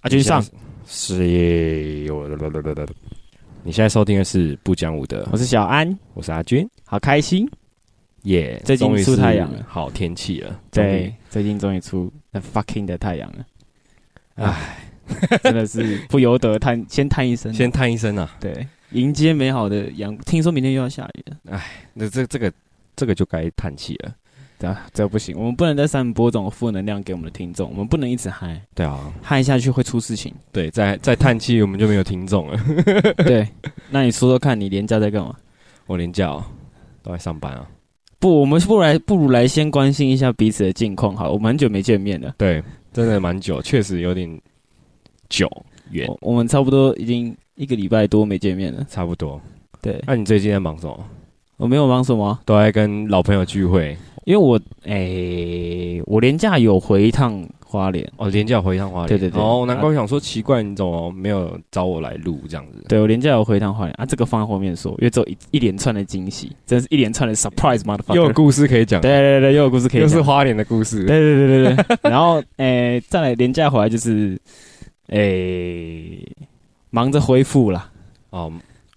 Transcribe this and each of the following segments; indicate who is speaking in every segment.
Speaker 1: 啊，继续上
Speaker 2: 现。在是，是我你现在收听的是不讲武德
Speaker 1: 我，是小安，
Speaker 2: 我是阿军，
Speaker 1: 好开心。
Speaker 2: 耶、
Speaker 1: 最近
Speaker 2: 终于
Speaker 1: 出
Speaker 2: 是
Speaker 1: 太阳了
Speaker 2: 好天气了，
Speaker 1: 对，最近终于出那 fucking 的太阳了，唉， 真的是不由得叹，先叹一声
Speaker 2: 终于，。先叹一声啊，
Speaker 1: 对，迎接美好的阳。听说明天又要下雨了，
Speaker 2: 那这这个这个就该叹气了，
Speaker 1: 对啊，这不行，我们不能再散播这种负能量给我们的听众，我们不能一直嗨，
Speaker 2: 对啊，
Speaker 1: 嗨下去会出事 情。
Speaker 2: 对，再再叹气我们就没有听众了，
Speaker 1: 对，那你说说看你连假在干嘛？
Speaker 2: 我连假、哦、都在上班啊，
Speaker 1: 不，我们不来，不如来先关心一下彼此的近况好了，我们很久没见面了，
Speaker 2: 对，真的蛮久，确实有点久远，
Speaker 1: 我我们差不多已经一个礼拜多没见面了。
Speaker 2: 差不多。
Speaker 1: 对，
Speaker 2: 那、你最近在忙什么？
Speaker 1: 我没有忙什么，
Speaker 2: 都在跟老朋友聚会
Speaker 1: 因为我诶、我连假有回一趟花莲，
Speaker 2: 哦，连假回一趟花莲，
Speaker 1: 对对对
Speaker 2: 哦，难怪我想说奇怪，你怎么没有找我来录这样子？
Speaker 1: 对我连假有回一趟花莲啊，这个放在后面说，因为只有一一连串的惊喜，真是一连串的 surprise motherfucker。
Speaker 2: 又有故事可以讲，
Speaker 1: 对对对，又有故事可以
Speaker 2: 又
Speaker 1: 讲。
Speaker 2: 是花莲的故事，
Speaker 1: 对对对对对。 然后诶、再来连假回来就是诶、忙着恢复啦，
Speaker 2: 哦，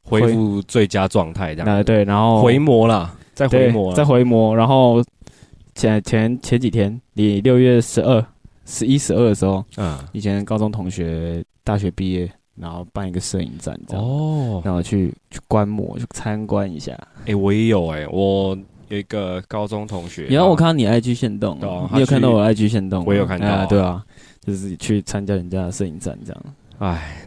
Speaker 2: 恢复最佳状态这
Speaker 1: 那
Speaker 2: 样子，
Speaker 1: 对，然后
Speaker 2: 回魔啦，再
Speaker 1: 对
Speaker 2: 回啊魔啦，
Speaker 1: 再回魔，然后前前前几天，你六月十二、十一、十二的时候，
Speaker 2: 嗯，
Speaker 1: 以前高中同学大学毕业，然后办一个摄影展，这样，
Speaker 2: 哦，
Speaker 1: 然后去去观摩，去参观一下。
Speaker 2: 哎，我也有哎，我有一个高中同学，
Speaker 1: 然后我看到你 IG 线动
Speaker 2: 对啊，他
Speaker 1: 你有看到
Speaker 2: 去
Speaker 1: 我 IG 线动吗？
Speaker 2: 我有看到
Speaker 1: 哎呀对啊，就是去参加人家的摄影展这样。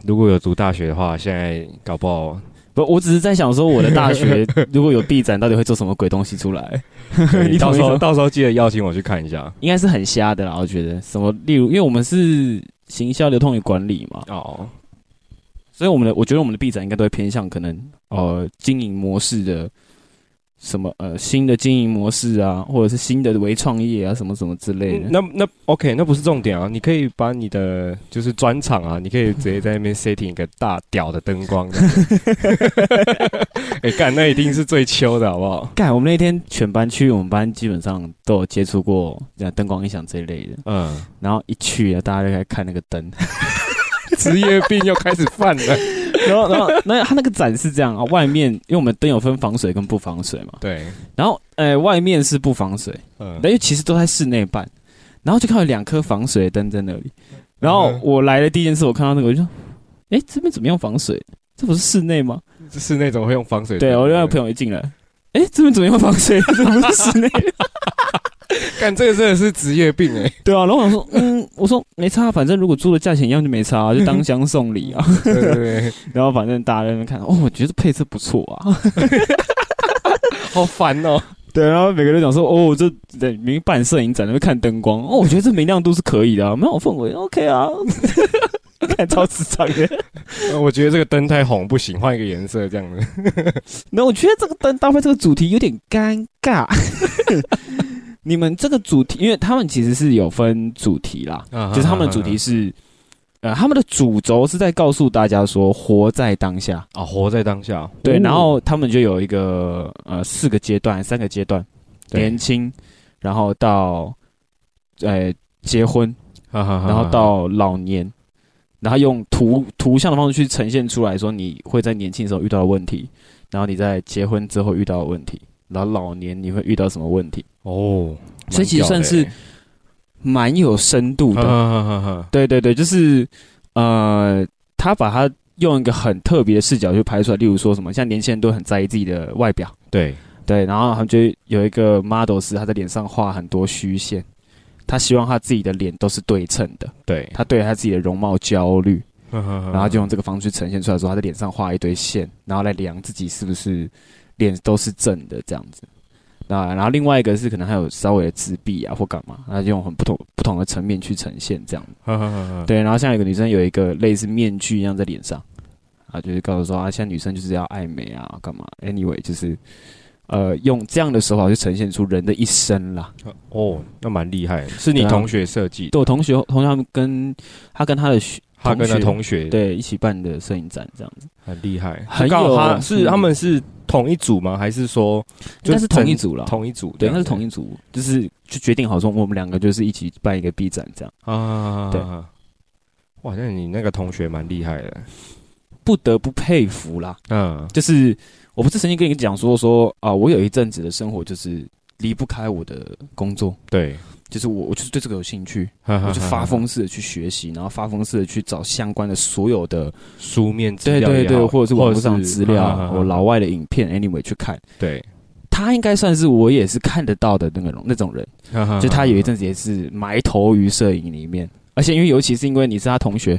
Speaker 2: 如果有读大学的话，现在搞不好
Speaker 1: 不，我只是在想说，我的大 学如果有 B 展，到底会做什么鬼东西出来？ 你
Speaker 2: 你
Speaker 1: 懂
Speaker 2: 到
Speaker 1: 我意思
Speaker 2: 时候
Speaker 1: 吗
Speaker 2: 到时候记得邀请我去看一下
Speaker 1: 应该是很瞎的啦，我觉得。什么，例如，因为我们是行销流通与管理嘛，
Speaker 2: 哦，
Speaker 1: 所以我们的，我觉得我们的 B 展应该都会偏向可能呃经营模式的什么呃新的经营模式啊，或者是新的微创业啊，什么什么之类的。
Speaker 2: 嗯那那 OK，那不是重点啊！你可以把你的就是专场啊，你可以直接在那边 setting 一个大屌的灯光的。 哎、干，那一定是最秋的好不好？
Speaker 1: 干，我们那天全班去，我们班基本上都有接触过呃灯光音响这一类的，
Speaker 2: 嗯，
Speaker 1: 然后一去啊，大家就开始看那个灯，
Speaker 2: 职业病又开始犯了。
Speaker 1: 然后然后那他那个展是这样啊，外面因为我们灯有分防水跟不防水嘛，
Speaker 2: 对，
Speaker 1: 然后呃外面是不防水，
Speaker 2: 嗯
Speaker 1: 因，为其实都在室内办，然后就看到两颗防水的灯在那里。然后
Speaker 2: 嗯
Speaker 1: 我来的第一件事，我看到那个，我就说：“哎，这边怎么用防水？这不是室内吗
Speaker 2: 是那种会用防水？”灯的。
Speaker 1: 对，我另外一个朋友一进来，哎，这边怎么用防水？ 这不是室内？
Speaker 2: 干，这个真的是职业病 哎、
Speaker 1: 对啊，然后我想说，嗯，我说没差，反正如果租的价钱一样就没差、啊就当香送礼啊。
Speaker 2: 对对对，
Speaker 1: 然后反正大家在那边看，哦，我觉得配色不错啊。
Speaker 2: 好烦哦、
Speaker 1: 对，然后每个人讲说，哦，这对，明明办摄影展，那边看灯光，哦，我觉得这明亮度是可以的、啊，蛮有氛围，OK 啊。 看超智障的。
Speaker 2: 呃我觉得这个灯太红不行，换一个颜色这样子。
Speaker 1: 没有，我觉得这个灯搭配这个主题有点尴尬。 你们这个主题，因为他们其实是有分主题啦，
Speaker 2: 啊
Speaker 1: 就是他们的主题是，呃，他们的主轴是在告诉大家说活在当下，
Speaker 2: 啊、活在当下。
Speaker 1: 对，
Speaker 2: 哦
Speaker 1: 然后他们就有一个呃四个阶段，三个阶段，
Speaker 2: 对
Speaker 1: 年轻，然后到呃结婚，
Speaker 2: 哈哈哈哈
Speaker 1: 然后到老年，然后用图图像的方式去呈现出来说你会在年轻的时候遇到的问题，然后你在结婚之后遇到的问题，然后老年你会遇到什么问题，
Speaker 2: 哦，
Speaker 1: 所以其实算是蛮有深度
Speaker 2: 哈
Speaker 1: 的。
Speaker 2: 哈哈哈。
Speaker 1: 嗯对对对，就是呃，他把他用一个很特别的视角去拍出来，例如说什么，像年轻人都很在意自己的外表，
Speaker 2: 对，
Speaker 1: 对，然后他们就有一个 model 是他在脸上画很多虚线，他希望他自己的脸都是对称的，
Speaker 2: 对，
Speaker 1: 他对他自己的容貌焦虑。
Speaker 2: 然
Speaker 1: 然后就用这个方式呈现出来说，他在脸上画一堆线，然后来量自己是不是脸都是正的这样子。那然后另外一个是可能还有稍微的自闭啊或干嘛，那就用很不同不同的层面去呈现这样。
Speaker 2: 对，
Speaker 1: 对，然后像有个女生有一个类似面具一样在脸上，啊，就是告诉说啊，现在女生就是要爱美啊干嘛？Anyway，就是呃用这样的手法去呈现出人的一生啦。
Speaker 2: 哦，那蛮厉害，是
Speaker 1: 对
Speaker 2: 你
Speaker 1: 啊
Speaker 2: 同学设计的，
Speaker 1: 对我同学同学他们跟他跟他的学
Speaker 2: 他跟他
Speaker 1: 同
Speaker 2: 同学
Speaker 1: 对一起办的摄影展这样子。
Speaker 2: 很厉害，
Speaker 1: 很有
Speaker 2: 就刚好他是
Speaker 1: 嗯
Speaker 2: 他们是同一组吗？还是说
Speaker 1: 应该是同一
Speaker 2: 整
Speaker 1: 组了，
Speaker 2: 同一组？
Speaker 1: 对，应该是同
Speaker 2: 一
Speaker 1: 一组，就是就决定好说我们两个就是一起办一个 B 展这样。
Speaker 2: 啊。
Speaker 1: 对
Speaker 2: 哇，那你那个同学蛮厉害的。
Speaker 1: 不得不佩服啦，
Speaker 2: 嗯
Speaker 1: 就是我不是曾经跟你讲说说啊、我有一阵子的生活就是离不开我的工作，
Speaker 2: 对，
Speaker 1: 就是我我就是对这个有兴趣，
Speaker 2: 我
Speaker 1: 我就发疯似的去学习，然后发疯似的去找相关的所有的
Speaker 2: 书面资
Speaker 1: 对
Speaker 2: 料
Speaker 1: 对
Speaker 2: 也好，
Speaker 1: 对，或者是网络上
Speaker 2: 是
Speaker 1: 资料，
Speaker 2: 哈哈哈
Speaker 1: 我老外的影片，anyway 去看，
Speaker 2: 对，
Speaker 1: 他应该算是我也是看得到的那个那种人，
Speaker 2: 哈哈哈
Speaker 1: 就他有一阵子也是埋头于摄影里面，而且因为尤其是因为你是他同学，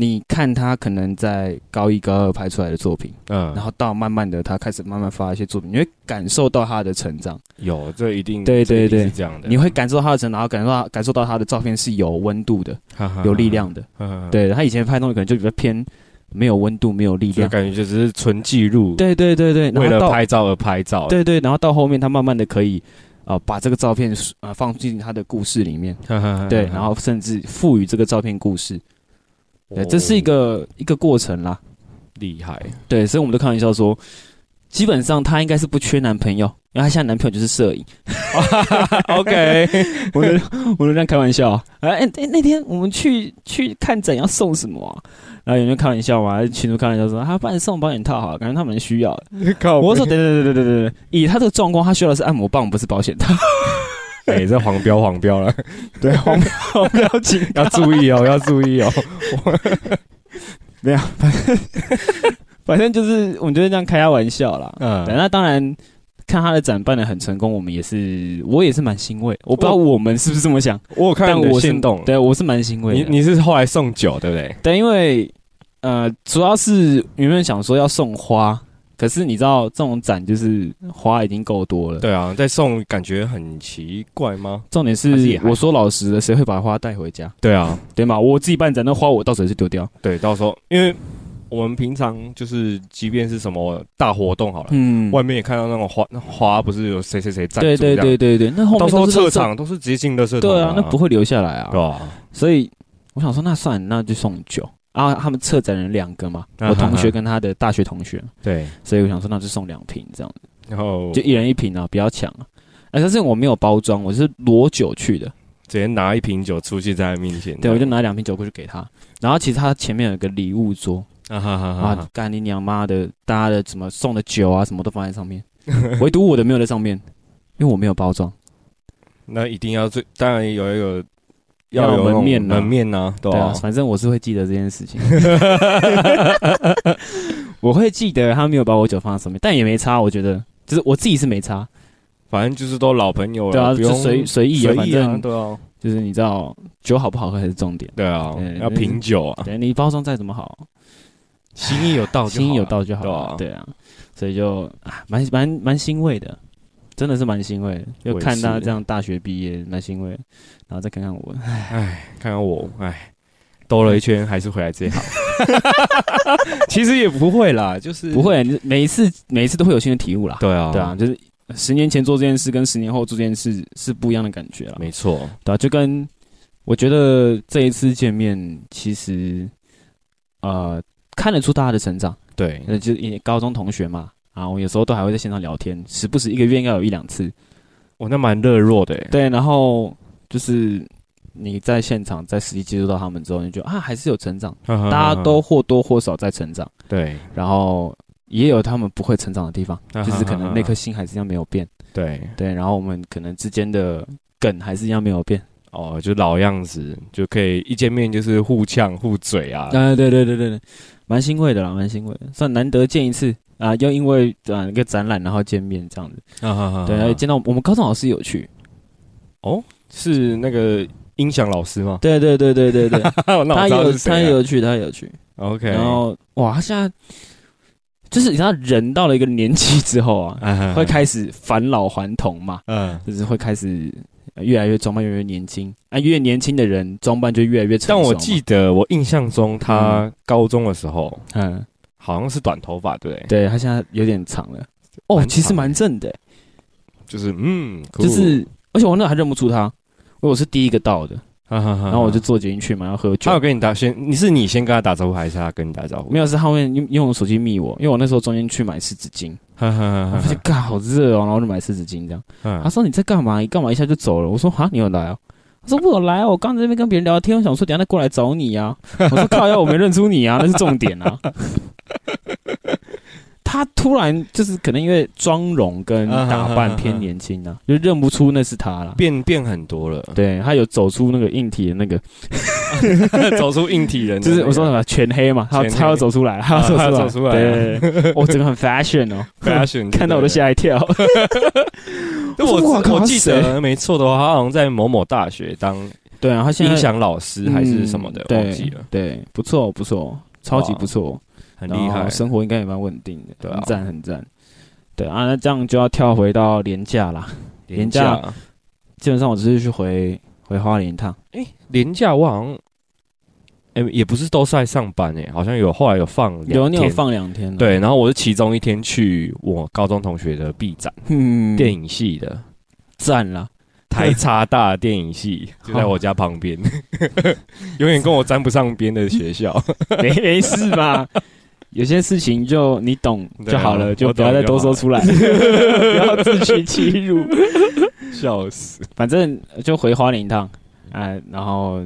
Speaker 1: 你看他可能在高一高二拍出来的作品，
Speaker 2: 嗯，
Speaker 1: 然后到慢慢的他开始慢慢发一些作品，你会感受到他的成长，
Speaker 2: 有这一定
Speaker 1: 对对
Speaker 2: 这一定
Speaker 1: 对啊
Speaker 2: 是这样的，
Speaker 1: 你会感受到他的成长，然后感受到感受到他的照片是有温度的、
Speaker 2: 哈哈
Speaker 1: 有力，量的。
Speaker 2: 哈哈哈，
Speaker 1: 对他以前拍的东西可能就比较偏没有温度、没有力
Speaker 2: 就
Speaker 1: 量。
Speaker 2: 感觉就只是纯记录，
Speaker 1: 对对对对，
Speaker 2: 为
Speaker 1: 然后
Speaker 2: 了
Speaker 1: 到
Speaker 2: 拍照而拍照，
Speaker 1: 对对，然后到后面他慢慢的可以啊、呃把这个照片啊、呃放进他的故事里面，
Speaker 2: 哈哈哈哈，
Speaker 1: 对，然后甚至赋予这个照片故事，
Speaker 2: 哦
Speaker 1: 对，这是一个一个过程啦。
Speaker 2: 厉害，
Speaker 1: 对，所以我们都开玩笑说，基本上她应该是不缺男朋友，因为她现在男朋友就是摄 影。
Speaker 2: OK，
Speaker 1: 我都我都这样开玩笑啊。哎、哎、那天我们去去看展要送什么、啊？然后有人就开玩笑嘛，群主开玩笑说，他帮你送保险套好了，感觉他们需要。
Speaker 2: 靠
Speaker 1: 我说，对对对对对对，以他这个状况，他需要的是按摩棒，不是保险套。
Speaker 2: 哎，这黄标黄标了，
Speaker 1: 对，黄黄标警
Speaker 2: 要注意 哦，要注意哦，
Speaker 1: 反正就是我们就是这样开他玩笑啦。
Speaker 2: 嗯
Speaker 1: 对，那当然。看他的展办的很成功，我们也是，我也是蛮欣慰。我不知道
Speaker 2: 我
Speaker 1: 我们是不是这么想，
Speaker 2: 我有看
Speaker 1: 但
Speaker 2: 你的
Speaker 1: 我是
Speaker 2: 心动，
Speaker 1: 对，我是蛮欣慰的。
Speaker 2: 你你是后来送酒对不对？
Speaker 1: 对，因为呃，主要是原本想说要送花，可是你知道这种展就是花已经够多了。，
Speaker 2: 对啊，再送感觉很奇怪吗？
Speaker 1: 重点
Speaker 2: 还是
Speaker 1: 是
Speaker 2: 也还好
Speaker 1: 我说老实的，谁会把花带回家？
Speaker 2: 对啊，
Speaker 1: 对嘛？我自己办展，那花我到时候就丢掉。
Speaker 2: 对，到时候因为我们平常就是，即便是什么大活动好了，
Speaker 1: 嗯
Speaker 2: 外面也看到那种花，那花不是有谁谁谁赞助
Speaker 1: 对对
Speaker 2: 这样
Speaker 1: 对，对对，那后面
Speaker 2: 到时候
Speaker 1: 都是
Speaker 2: 撤
Speaker 1: 垃圾，
Speaker 2: 场都是直接进垃圾桶、
Speaker 1: 对啊，那不
Speaker 2: 会
Speaker 1: 会留下来
Speaker 2: 对
Speaker 1: 啊。
Speaker 2: 吧？
Speaker 1: 所以我想说，那算了，那就送酒。啊，他们策展人两个嘛，
Speaker 2: 啊
Speaker 1: 我同
Speaker 2: 哈哈
Speaker 1: 学跟他的大学同学，
Speaker 2: 对，
Speaker 1: 所以我想说，那就送两瓶这样，
Speaker 2: 然后
Speaker 1: 就
Speaker 2: 就
Speaker 1: 一人一瓶啊，不要抢啊。哎，但是我没有包装，我是裸酒去的。
Speaker 2: 直接拿一瓶酒出去在他面前，
Speaker 1: 对，我就拿两瓶酒过去给他。然后其实他前面有个礼物桌
Speaker 2: 啊哈哈哈
Speaker 1: 啊
Speaker 2: 哈，，
Speaker 1: 干你娘妈的，大家的什么送的酒啊，什么都放在上 面，唯独我的没有在上面，因为我没有包装。
Speaker 2: 那一定要最，当然有一个
Speaker 1: 要
Speaker 2: 有
Speaker 1: 有
Speaker 2: 那种
Speaker 1: 门面啊
Speaker 2: 门面呐，对
Speaker 1: 对啊，
Speaker 2: 吧？
Speaker 1: 反正我是会记得这件事情， 我会记得他没有把我酒放在上面，但也没差，我觉得就是我自己是没差，
Speaker 2: 反正就是都老朋友了，
Speaker 1: 对啊
Speaker 2: 不用
Speaker 1: 就随随意啊
Speaker 2: 随
Speaker 1: 反
Speaker 2: 意啊，
Speaker 1: 正
Speaker 2: 对啊，
Speaker 1: 就是你知道酒好不好喝才是重点。
Speaker 2: 对啊
Speaker 1: 对，
Speaker 2: 要品酒啊，
Speaker 1: 对你包装再怎么好，
Speaker 2: 心意有到就好了，
Speaker 1: 心意有到就好
Speaker 2: 对
Speaker 1: 了
Speaker 2: 啊，
Speaker 1: 对啊，所以就啊，蛮蛮蛮欣慰的，真的是蛮欣慰的。
Speaker 2: 我也
Speaker 1: 就看他
Speaker 2: 是
Speaker 1: 这样大学毕业，蛮欣慰的。然后再看看 我，
Speaker 2: 看看我，
Speaker 1: 嗯
Speaker 2: 哎，兜了一圈还是回 来这行。其实也不会啦，就是
Speaker 1: 不，会，你每一次每一次都会有新的体悟啦。
Speaker 2: 对啊，
Speaker 1: 对啊，，就是十年前做这件事跟十年后做这件事是不一样的感觉啦。
Speaker 2: 没错，
Speaker 1: 对啊，就跟我觉得这一次见面，其实呃看得出大家的成长，
Speaker 2: 对，
Speaker 1: 那就是也高中同学嘛。啊，我有时候都还会在线上聊天，时不时一个月应该有一两次。
Speaker 2: 我那蛮热络的欸，
Speaker 1: 对，然后就是你在现场在实际接触到他们之后，你就啊还是有成长，
Speaker 2: 大
Speaker 1: 大家都或多或少在成长，
Speaker 2: 对
Speaker 1: 然后也有他们不会成长的地方，
Speaker 2: 啊哈
Speaker 1: 就是可能那
Speaker 2: 哈
Speaker 1: 颗心还是一样没有变，
Speaker 2: 对
Speaker 1: 对，然后我们可能之间的梗还是一样没有变，
Speaker 2: 哦，就老样子，就可以一见面就是互呛互嘴啊，
Speaker 1: 啊，对对对对对，蛮欣慰的啦，蛮欣慰的，算难得见一次。啊，又因为啊一个展览，然后见面这样子，
Speaker 2: 啊
Speaker 1: 对，然后
Speaker 2: 对
Speaker 1: 见到我们高中老师有去，
Speaker 2: 是那个音响老师吗？
Speaker 1: 对对对对对 对，
Speaker 2: 那我
Speaker 1: 他
Speaker 2: 知道
Speaker 1: 有
Speaker 2: 是
Speaker 1: 他
Speaker 2: 谁了
Speaker 1: 有去，他有去，
Speaker 2: ，OK，
Speaker 1: 然后哇，他现在就是你知道，人到了一个年纪之后啊，会
Speaker 2: 会，
Speaker 1: 开始返老还童嘛，
Speaker 2: 嗯，
Speaker 1: 就是会开始呃越来越装扮越来越年轻啊，越年轻的人装扮就越来越成熟
Speaker 2: 但
Speaker 1: 嘛。
Speaker 2: 我记得我印象中他高中的时候
Speaker 1: 嗯，
Speaker 2: 好像是短头发，对不对？
Speaker 1: 对他现在有点长了，哦，
Speaker 2: 蛮长
Speaker 1: 其实蛮正的、
Speaker 2: 就是嗯，
Speaker 1: 就是而且我那还认不出他，因为我是第一个到的，
Speaker 2: 啊哈哈哈。
Speaker 1: 然后我就坐捷运去嘛，要喝酒
Speaker 2: 他有。跟你打先，你是你先跟他打招呼，还是他跟你打招呼？
Speaker 1: 没有，是后面用用我手机密我，因为我那时候中间去买湿纸巾，
Speaker 2: 哈哈
Speaker 1: 然后
Speaker 2: 哈
Speaker 1: 发现嘎好热哦，然后就买湿纸巾这样。
Speaker 2: 哈
Speaker 1: 他
Speaker 2: 哈。
Speaker 1: 说你在干嘛？你干嘛一下就走了？我说哈，你有来哦。他说我有来哦，我刚在那边跟别人聊天，我想说等一下再过来找你啊。 我说靠呀，我没认出你啊，那是重点啊。 他突然就是可能因为妆容跟打扮偏年轻啊，就认不出那是他了。
Speaker 2: 变变很 多了，
Speaker 1: 对他有走出那个硬体的那个，
Speaker 2: 走出硬体人的
Speaker 1: 就
Speaker 2: 那个，
Speaker 1: 是我说什么全黑嘛，他
Speaker 2: 全黑啊
Speaker 1: 他要走出来，他要走出
Speaker 2: 他
Speaker 1: 来，
Speaker 2: 要走出来
Speaker 1: 对对对，我整个很 fashion 哦，
Speaker 2: fashion，
Speaker 1: 看到我都吓一跳。
Speaker 2: 但我
Speaker 1: 我说哇欸靠
Speaker 2: 我
Speaker 1: 他
Speaker 2: 记
Speaker 1: 谁
Speaker 2: 得没错的话，他好像在某某大学当
Speaker 1: 对啊，他现在
Speaker 2: 音响老师还是什么的
Speaker 1: 嗯，对
Speaker 2: 忘记了，
Speaker 1: 对，不错不错，超级
Speaker 2: 哇
Speaker 1: 不错，
Speaker 2: 很厉
Speaker 1: 然
Speaker 2: 害
Speaker 1: 后。生活应该也蛮稳定的，
Speaker 2: 对啊
Speaker 1: 很赞很赞。对啊，那这样就要跳回到廉价啦。廉价
Speaker 2: 廉，
Speaker 1: 基本上我只是去回回花莲一趟，
Speaker 2: 哎，廉价我好像，哎，也不是都是在上班哎，好像有后来有放
Speaker 1: 有
Speaker 2: 两
Speaker 1: 你有
Speaker 2: 天，
Speaker 1: 放两天了，
Speaker 2: 对，然后我是其中一天去我高中同学的 B 展，
Speaker 1: 嗯，
Speaker 2: 电影系的
Speaker 1: 赞啦，
Speaker 2: 台差大电影系就在我家旁边， 永远跟我沾不上边的学校。
Speaker 1: 没没事吧？有些事情就你懂
Speaker 2: 对啊
Speaker 1: 就好了，
Speaker 2: 我
Speaker 1: 就不
Speaker 2: 懂
Speaker 1: 要再
Speaker 2: 就
Speaker 1: 多
Speaker 2: 好
Speaker 1: 说
Speaker 2: 了
Speaker 1: 出 来，不要自取其辱。
Speaker 2: 笑死！
Speaker 1: 反正就回花莲一趟，哎，然后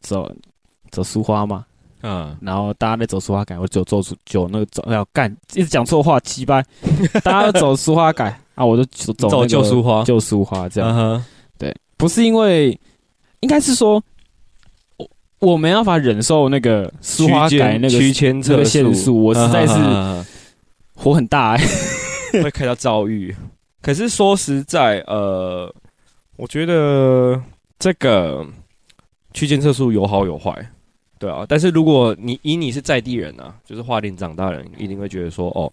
Speaker 1: 走走苏花嘛，
Speaker 2: 嗯，
Speaker 1: 然后大家在走苏花改，我走走走那个走，哎呦干，一直讲错话，鸡掰！大家都走苏花改 啊，我就走走、那
Speaker 2: 走
Speaker 1: 个
Speaker 2: 旧书花，
Speaker 1: 旧苏花这样，
Speaker 2: 嗯哼
Speaker 1: 不是因为，应该是说，我我没办法忍受那个苏花
Speaker 2: 区
Speaker 1: 改
Speaker 2: 间
Speaker 1: 那个
Speaker 2: 区间
Speaker 1: 这
Speaker 2: 测
Speaker 1: 个限速，我实在是
Speaker 2: 是
Speaker 1: 火很大、哎
Speaker 2: 会开到遭遇。可是说实在，呃，我觉得这个区间测速有好有坏，对啊。但是如果你以你是在地人啊，就是花莲长大的人，一定会觉得说，哦，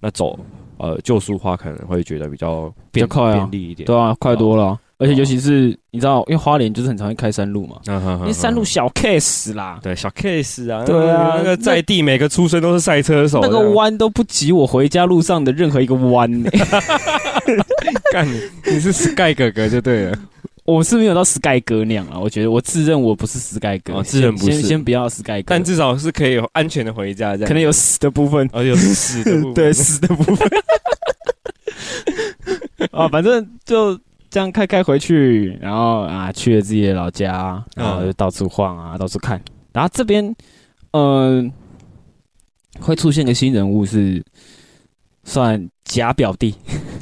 Speaker 2: 那走呃旧书花可能会觉得比较便
Speaker 1: 比较快啊
Speaker 2: 便利一点。哦
Speaker 1: 对啊，快多了啊、而且尤其是你知道，因为花莲就是很常会开山路嘛，
Speaker 2: 嗯哼嗯哼
Speaker 1: 那山路小 case 啦，
Speaker 2: 对小 case 啊，
Speaker 1: 对啊
Speaker 2: 那个在地每个出生都是赛车手，
Speaker 1: 那个
Speaker 2: 这样
Speaker 1: 弯都不及我回家路上的任何一个 弯、呢。
Speaker 2: 干你，你是 Sky 哥哥就对了。
Speaker 1: 我是没有到 Sky 哥那样啊，我觉得我自认我不是 Sky 哥，
Speaker 2: 哦自认不是
Speaker 1: 先先不要 Sky 哥，
Speaker 2: 但至少是可以有安全的回家，这样
Speaker 1: 可能有死的部分，
Speaker 2: 而有死的 部 分
Speaker 1: 对死的部分啊，反正就这样开开回去，然后啊去了自己的老家，然后就到处晃啊，到处看，然后这边嗯、呃、会出现个新人物是算假表弟，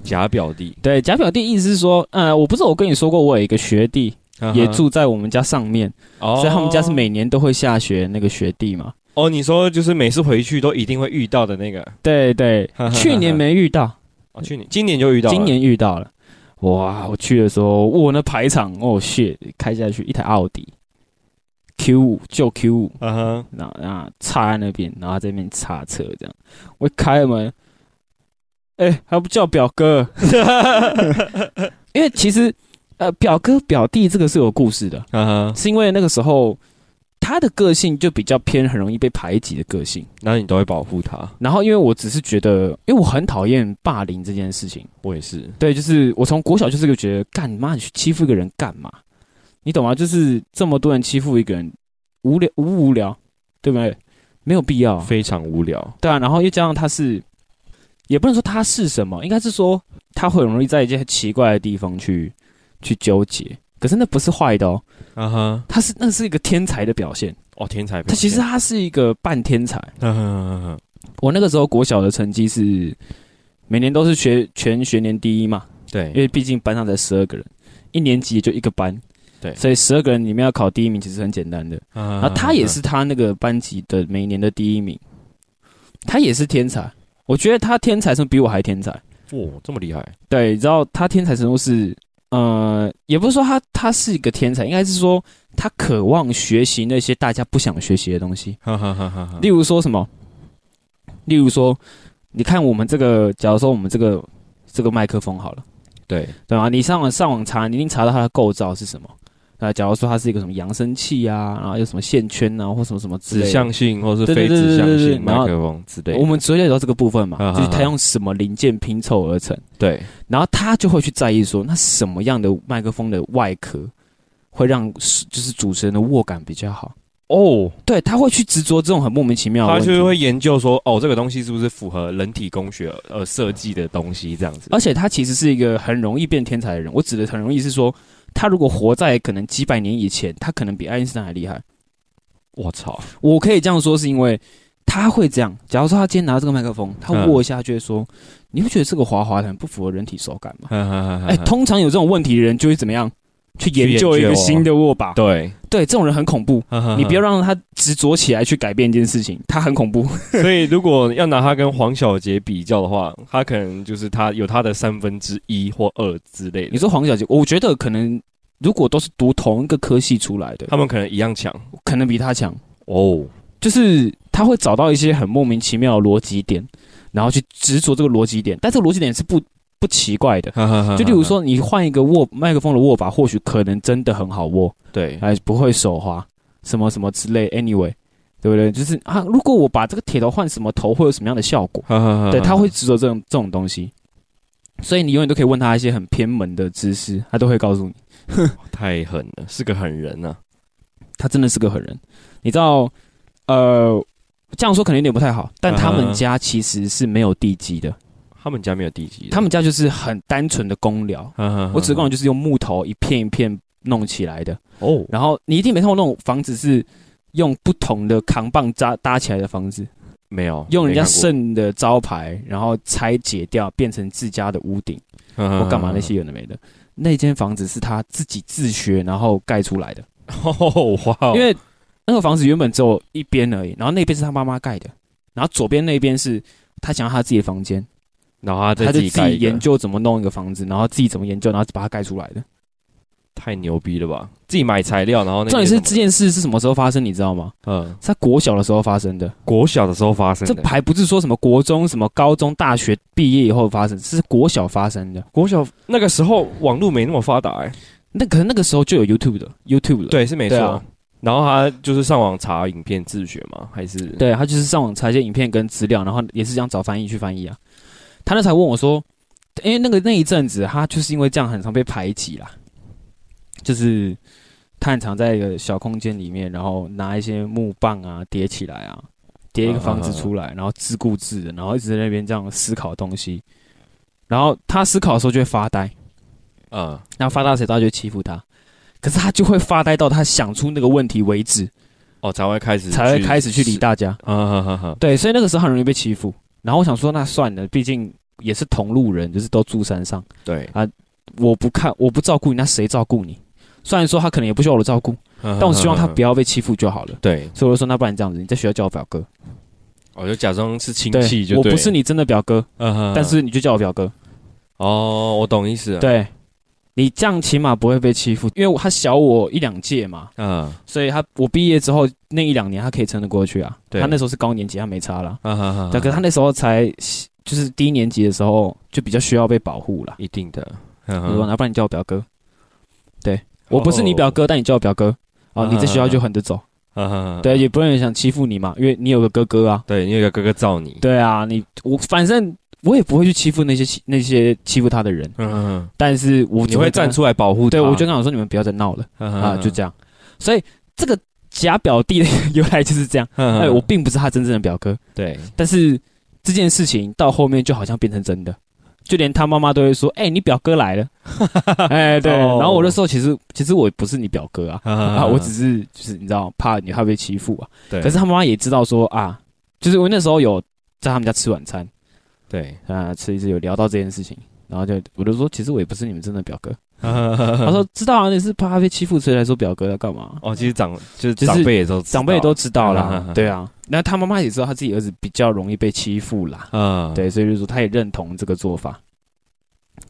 Speaker 2: 假表弟
Speaker 1: 对假表弟意思是说，呃，我不是我跟你说过我有一个学弟也
Speaker 2: 住，
Speaker 1: 住在我们家上面。
Speaker 2: 所
Speaker 1: 所以他们家是每年都会下雪那个雪地嘛。
Speaker 2: 哦，你说就是每次回去都一定会遇到的那个，，
Speaker 1: 对对去年没遇到，
Speaker 2: 哦，去年今年就遇到了，
Speaker 1: 今年遇到了。哇！我去的时候，哇，那排场哦，shit，开下去一台奥迪 Q 五，旧 Q 五，
Speaker 2: 嗯哼，
Speaker 1: 然后然后插在那边，然后在那边插车这样。我一开门，哎、还不叫表哥？因为其实呃，表哥表弟这个是有故事的，
Speaker 2: 嗯哼，
Speaker 1: 是因为那个时候他的个性就比较偏很容易被排挤的个性。
Speaker 2: 然后你都会保护他，
Speaker 1: 然后因为我只是觉得，因为我很讨厌霸凌这件事情。
Speaker 2: 我也是，
Speaker 1: 对，就是我从国小就是个觉得，干妈你去欺负一个人干嘛？你懂吗？就是这么多人欺负一个人，无聊无不无聊，对不对？没有必要啊、
Speaker 2: 非常无聊，
Speaker 1: 对啊。然后又加上他是，也不能说他是什么，应该是说他会很容易在一些奇怪的地方去去纠结。可是那不是坏的哦，
Speaker 2: 嗯哼，
Speaker 1: 他是那是一个天才的表现。
Speaker 2: 哦，天才表
Speaker 1: 他其
Speaker 2: 现，
Speaker 1: 实他是一个半天才。
Speaker 2: 嗯哼，嗯哼
Speaker 1: 我那个时候国小的成绩是每年都是学全学年第一嘛，因
Speaker 2: 对，
Speaker 1: 为毕竟班上才十二个人，一年级也就一个班，
Speaker 2: 对啊
Speaker 1: 所以十二个人里面要考第一名其实很简单的。
Speaker 2: 然
Speaker 1: 然后他也
Speaker 2: 嗯
Speaker 1: 是他那个班级的每一年的第一名，他也是天才，我觉得他天才是比我还天才。
Speaker 2: 哇，这么厉害，
Speaker 1: 对，然后他天才程度是，呃，也不是说他他是一个天才，应该是说他渴望学习那些大家不想学习的东西。
Speaker 2: 啊哈哈哈哈哈
Speaker 1: 例如说什么？例如说，你看我们这个，假如说我们这个这个麦克风好了，
Speaker 2: 对，
Speaker 1: 对吧？你上网上网查，你一定查到它的构造是什么。那假如说它是一个什么扬声器啊，然后有什么线圈啊，或什么什么之类
Speaker 2: 指
Speaker 1: 的。
Speaker 2: 向性或是
Speaker 1: 对
Speaker 2: 非
Speaker 1: 对对
Speaker 2: 指向
Speaker 1: 对对对
Speaker 2: 性麦
Speaker 1: 然后
Speaker 2: 克风之类的，
Speaker 1: 我们只会聊到这个部分嘛，
Speaker 2: 啊
Speaker 1: 就是它
Speaker 2: 啊啊
Speaker 1: 用什么零件拼凑而成，
Speaker 2: 对，
Speaker 1: 然后他就会去在意说，那什么样的麦克风的外壳会让就是主持人的握感比较好。
Speaker 2: 哦，
Speaker 1: 对，他会去执着这种很莫名其妙的
Speaker 2: 他
Speaker 1: 问题，
Speaker 2: 就会研究说，哦，这个东西是不是符合人体工学呃设计的东西这样子？
Speaker 1: 而且他其实是一个很容易变天才的人。我指的很容易是说，他如果活在可能几百年以前，他可能比爱因斯坦还厉害。
Speaker 2: 我操，
Speaker 1: 我可以这样说，是因为他会这样。假如说他今天拿这个麦克风，他握一下，就会说：“你不觉得这个滑滑的很不符合人体手感吗？”哎、
Speaker 2: 哎
Speaker 1: 通常有这种问题的人就会怎么样？去研究一
Speaker 2: 去研
Speaker 1: 个
Speaker 2: 究
Speaker 1: 新的握把。
Speaker 2: 对，
Speaker 1: 对，这种人很恐怖。
Speaker 2: 嗯
Speaker 1: 你 不要让他执着起来去改变一件事情，他很恐怖。
Speaker 2: 所以，如果要拿他跟黄小杰比较的话，他可能就是他有他的三分之一或二之类
Speaker 1: 你
Speaker 2: 的，
Speaker 1: 说黄小姐，我觉得可能如果都是读同一个科系出来的，
Speaker 2: 他们可能一样强
Speaker 1: 可能比他强。
Speaker 2: 哦。
Speaker 1: 就是他会找到一些很莫名其妙的逻辑点，然后去执着这个逻辑点，但这个逻辑点是不不奇怪的。
Speaker 2: 哦嗯
Speaker 1: 就例如，说，你换一个握麦克风的握把，或许可能真的很好握，
Speaker 2: 对，
Speaker 1: 哎，不会手滑，什么什么之类。Anyway，对不对？就是啊，如果我把这个铁头换什么头，会有什么样的效果？对，
Speaker 2: 对
Speaker 1: 他会执着这种这种东西，所以你永远都可以问他一些很偏门的知识，他都会告诉你。
Speaker 2: 太狠了，是个狠人啊。
Speaker 1: 他真的是个狠人。你知道，呃，这样说可能有点不太好，但他们家其实是没有地基的，
Speaker 2: 他们家没有地基的，
Speaker 1: 他们家就是很单纯的公寮。
Speaker 2: 们
Speaker 1: 我只讲就是用木头一片一片弄起来的，
Speaker 2: 哦，
Speaker 1: 然后你一定没看过那种房子是用不同的扛棒搭搭起来的房子，
Speaker 2: 没有
Speaker 1: 用人家
Speaker 2: 肾，
Speaker 1: 圣的招牌，然后拆解掉变成自家的屋顶。
Speaker 2: 我
Speaker 1: 我干嘛那？些有的没的。那间房子是他自己自学然后盖出来的，
Speaker 2: 哦哇，
Speaker 1: 因为那个房子原本只有一边而已，然后那边是他妈妈盖的，然后左边那边是他想要他自己的房间，
Speaker 2: 然后他
Speaker 1: 他
Speaker 2: 再
Speaker 1: 就
Speaker 2: 自
Speaker 1: 自
Speaker 2: 己盖
Speaker 1: 己
Speaker 2: 一个
Speaker 1: 研，究怎么弄一个房子，然后自己怎么研究，然后把它盖出来的。
Speaker 2: 太牛逼了吧？自己买材料，然后那
Speaker 1: 重点是
Speaker 2: 些什么
Speaker 1: 这件事是什么时候发生，你知道吗？
Speaker 2: 嗯
Speaker 1: 是他国小的时候发生的，
Speaker 2: 国小的时候发生
Speaker 1: 这
Speaker 2: 的，
Speaker 1: 还不是说什么国中、什么高中、大学毕业以后发生，是国小发生的。
Speaker 2: 国小那个时候网络没那么发达哎。
Speaker 1: 那可能那个时候就有 YouTube 的 YouTube 了，
Speaker 2: 对，是没
Speaker 1: 对
Speaker 2: 错。
Speaker 1: 啊
Speaker 2: 然后他就是上网查影片自学嘛，还是
Speaker 1: 对他就是上网查一些影片跟资料，然后也是这样找翻译去翻译啊。他那才问我说，因为那个那一阵子他就是因为这样很常被排挤啦，就是他很常在一个小空间里面，然后拿一些木棒啊叠起来啊，叠一个
Speaker 2: 嗯
Speaker 1: 房子出来，然后自顾自的，然后一直在那边这样思考东西。然后他思考的时候就会发呆，
Speaker 2: 嗯，
Speaker 1: 然后发呆的时候大家就会欺负他，可是他就会发呆到他想出那个问题为止，
Speaker 2: 哦，才会开始
Speaker 1: 才会开始去理
Speaker 2: 大，
Speaker 1: 大家。
Speaker 2: 嗯哼哼
Speaker 1: 对，所以那个时候很容易被欺负。然后我想说，那算了，毕竟也是同路人，就是都住山上，
Speaker 2: 对。
Speaker 1: 我不看，我不照顾你，那谁照顾你？虽然说他可能也不需要我的照顾，
Speaker 2: 但
Speaker 1: 但我希望他不要被欺负就好了。
Speaker 2: 对，
Speaker 1: 所以我就说，那不然这样子，你在学校叫我表哥。
Speaker 2: 我就假装是亲戚
Speaker 1: 对，
Speaker 2: 就
Speaker 1: 我
Speaker 2: 对
Speaker 1: 不是
Speaker 2: 了，
Speaker 1: 你真的表哥，
Speaker 2: 嗯哼哼
Speaker 1: 但是你就叫我表哥。
Speaker 2: 哦，我懂意思了，
Speaker 1: 对，你这样起码不会被欺负，因为他小我一两届嘛，
Speaker 2: 嗯，
Speaker 1: 所以他我毕业之后那一两年他可以撑得过去啊。
Speaker 2: 对
Speaker 1: 他那时候是高年级，他没差啦。
Speaker 2: 嗯哼哼
Speaker 1: 对，可是他那时候才就是低年级的时候，就比较需要被保护啦。
Speaker 2: 一定的，
Speaker 1: 我说，
Speaker 2: 嗯
Speaker 1: 要不然你叫我表哥。对我不是你
Speaker 2: 哦
Speaker 1: 表哥，但你叫我表哥啊，
Speaker 2: 嗯
Speaker 1: 你在学校就横着走，
Speaker 2: 啊哼，
Speaker 1: 对，也不会有人想欺负你嘛，因为你有个哥哥啊。
Speaker 2: 对，因为有个哥哥罩你，
Speaker 1: 对啊，你我反正我也不会去欺负那些欺那些欺负他的人，
Speaker 2: 嗯哼
Speaker 1: 但是我
Speaker 2: 哼，你会站
Speaker 1: 出，
Speaker 2: 出来保护他，
Speaker 1: 对我就跟他说你们不要再闹了啊，
Speaker 2: 啊
Speaker 1: 就这样。所以这个假表弟的 由来就是这样，
Speaker 2: 样
Speaker 1: 哎，我并不是他真正的表哥，
Speaker 2: 对，
Speaker 1: 但是这件事情到后面就好像变成真的，就连他妈妈都会说：“哎、你表哥来 了。”哎，对。
Speaker 2: 哦
Speaker 1: 然后我那时候其实其实我不是你表哥啊，啊，
Speaker 2: 啊
Speaker 1: 我 只是就是你知道怕你怕被欺负啊。
Speaker 2: 对，
Speaker 1: 可是他妈妈也知道说啊，就是我那时候有在他们家吃晚餐
Speaker 2: 对，
Speaker 1: 啊，吃一次有聊到这件事情。然后就我就说，其实我也不是你们真的表哥。
Speaker 2: 他
Speaker 1: 他说知道啊，你是怕他被欺负，所以来说表哥要干嘛？
Speaker 2: 哦，其实长就是
Speaker 1: 就是
Speaker 2: 长辈也都知道
Speaker 1: 长辈也都知道
Speaker 2: 嗯嗯
Speaker 1: 啦
Speaker 2: 嗯，
Speaker 1: 对啊。那他妈妈也知道他自己儿子比较容易被欺负啦，
Speaker 2: 嗯，
Speaker 1: 对，所以就是说他也认同这个做法。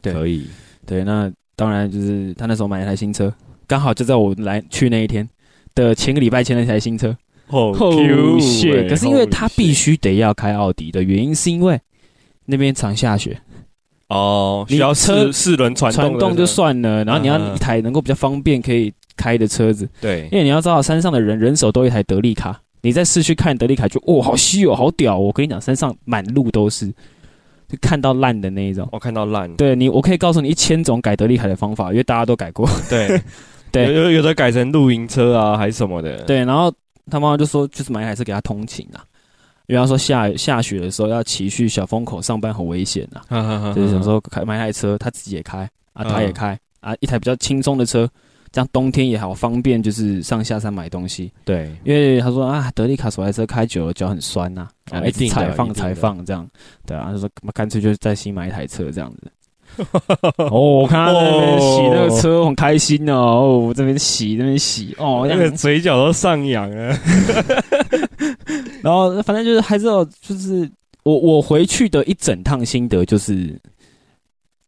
Speaker 1: 对
Speaker 2: 可以，
Speaker 1: 对，那当然就是他那时候买了一台新车，刚好就在我来去那一天的前个礼拜前那台新车。
Speaker 2: 哦
Speaker 1: 谢！Oh 可是因为
Speaker 2: ，Oh
Speaker 1: 他必须得要开奥迪的原因，是因为那边常下雪，
Speaker 2: 哦，
Speaker 1: 你
Speaker 2: 需要
Speaker 1: 车
Speaker 2: 四四轮传
Speaker 1: 传
Speaker 2: 动
Speaker 1: 动
Speaker 2: 的
Speaker 1: 就算了，然后你要
Speaker 2: 嗯嗯
Speaker 1: 一台能够比较方便可以开的车子，
Speaker 2: 对
Speaker 1: 因为你要知道山上的人人手都有一台德利卡。你在市区看德利卡就哦，好稀有，好屌哦！我跟你讲，山上满路都是，就看到烂的那一种。
Speaker 2: 哦我看到烂，
Speaker 1: 对你，我可以告诉你一千种改德利凯的方法，因为大家都改过。
Speaker 2: 对
Speaker 1: 对
Speaker 2: 有有有的改成露营车啊，还是什么的。，
Speaker 1: 对，然后他妈妈就说，就是买一台车给他通勤啊，因为他说下下雪的时候要骑去小风口上班很危险啊，
Speaker 2: 哈哈哈
Speaker 1: 就是想说开买一台车，他自己也开啊，他也
Speaker 2: 嗯
Speaker 1: 开啊，一台比较轻松的车，这样冬天也好方便，就是上下山买东西。
Speaker 2: 对，
Speaker 1: 因为他说啊，德利卡手台车开久了脚很酸呐、
Speaker 2: 啊
Speaker 1: 啊，一
Speaker 2: 一
Speaker 1: 直
Speaker 2: 定的
Speaker 1: 踩
Speaker 2: 一
Speaker 1: 放
Speaker 2: 定
Speaker 1: 踩
Speaker 2: 的
Speaker 1: 放这样，对啊，他就说干干脆就再新买一台车这样子。 哦，我看他在那边洗那个车，很开心哦。哦我这边洗那边洗哦，
Speaker 2: 那
Speaker 1: 那
Speaker 2: 个
Speaker 1: 个，
Speaker 2: 嘴角都上扬了。
Speaker 1: 然后反正就是还是有就是我我回去的一整趟心得就是，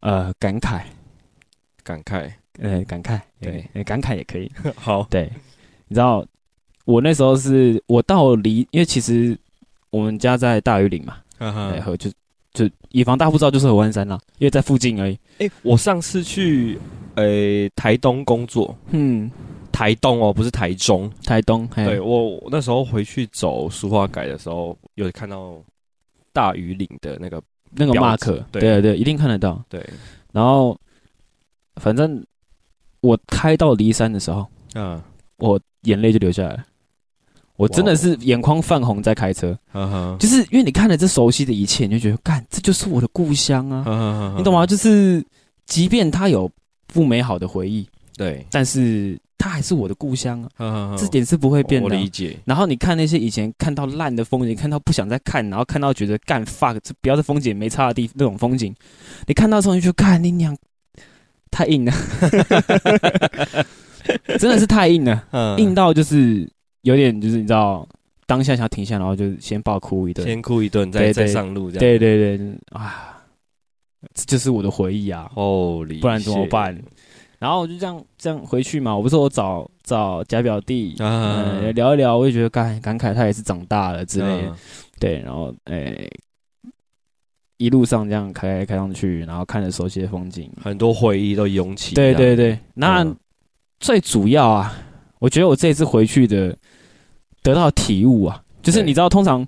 Speaker 1: 呃，感慨，
Speaker 2: 感慨，
Speaker 1: 呃，感慨，
Speaker 2: 对
Speaker 1: 呃，感慨也可以，
Speaker 2: 好，
Speaker 1: 对， 你知道我那时候是我到离，因为其实我们家在大余岭嘛，对，
Speaker 2: 哎、
Speaker 1: 河就就以防大家不知道，就是河湾山啦，因为在附近而已。
Speaker 2: 我上次去呃台东工作，
Speaker 1: 嗯，
Speaker 2: 台东哦，不是台中。
Speaker 1: 台东，嘿
Speaker 2: 对我我那时候回去走苏花改的时候，有看到大余岭的那个，
Speaker 1: 那个
Speaker 2: 标
Speaker 1: mark，
Speaker 2: 志
Speaker 1: 对对
Speaker 2: 对
Speaker 1: 对，一定看得到。
Speaker 2: 对，
Speaker 1: 然后，反正我开到离山的时候，
Speaker 2: 嗯，
Speaker 1: 我眼泪就流下来了。我真的是眼眶泛红，在开车，
Speaker 2: 呵呵
Speaker 1: 就是因为你看了这熟悉的一切，你就觉得，干，这就是我的故乡啊，
Speaker 2: 呵
Speaker 1: 你懂吗？？就是，即便它有不美好的回忆，
Speaker 2: 对，
Speaker 1: 但是它还是我的故乡啊，这
Speaker 2: 这
Speaker 1: 点是不会变
Speaker 2: 我
Speaker 1: 的啊。
Speaker 2: 理解。
Speaker 1: 然后你看那些以前看到烂的风景，看到不想再看，然后看到觉得干 fuck，这不要这风景也没差的地那种风景，你看到之后你就看你娘太硬了， 真的是太硬了，
Speaker 2: 嗯
Speaker 1: 硬到就是有点就是你知道当下想停下，然后就先爆哭一顿。
Speaker 2: 先哭一顿，
Speaker 1: 对
Speaker 2: 再再
Speaker 1: 对
Speaker 2: 上路这样。
Speaker 1: 对对对，啊，这就是我的回忆啊，
Speaker 2: ，Holy，
Speaker 1: 不然怎么
Speaker 2: shit
Speaker 1: 办？然后我就这样这样回去嘛，我不是我找找假表弟。
Speaker 2: 啊
Speaker 1: 嗯，聊一聊，我也觉得感感慨他也是长大了之类的，
Speaker 2: 嗯
Speaker 1: 对，然后诶、一路上这样开开上去，然后看着熟悉的风景。
Speaker 2: 很多回忆都涌起。
Speaker 1: 对
Speaker 2: 这
Speaker 1: 对
Speaker 2: 样，
Speaker 1: 对，那
Speaker 2: 嗯
Speaker 1: 最主要啊，我觉得我这一次回去的得到的体悟啊，就是
Speaker 2: 对
Speaker 1: 你知道，通常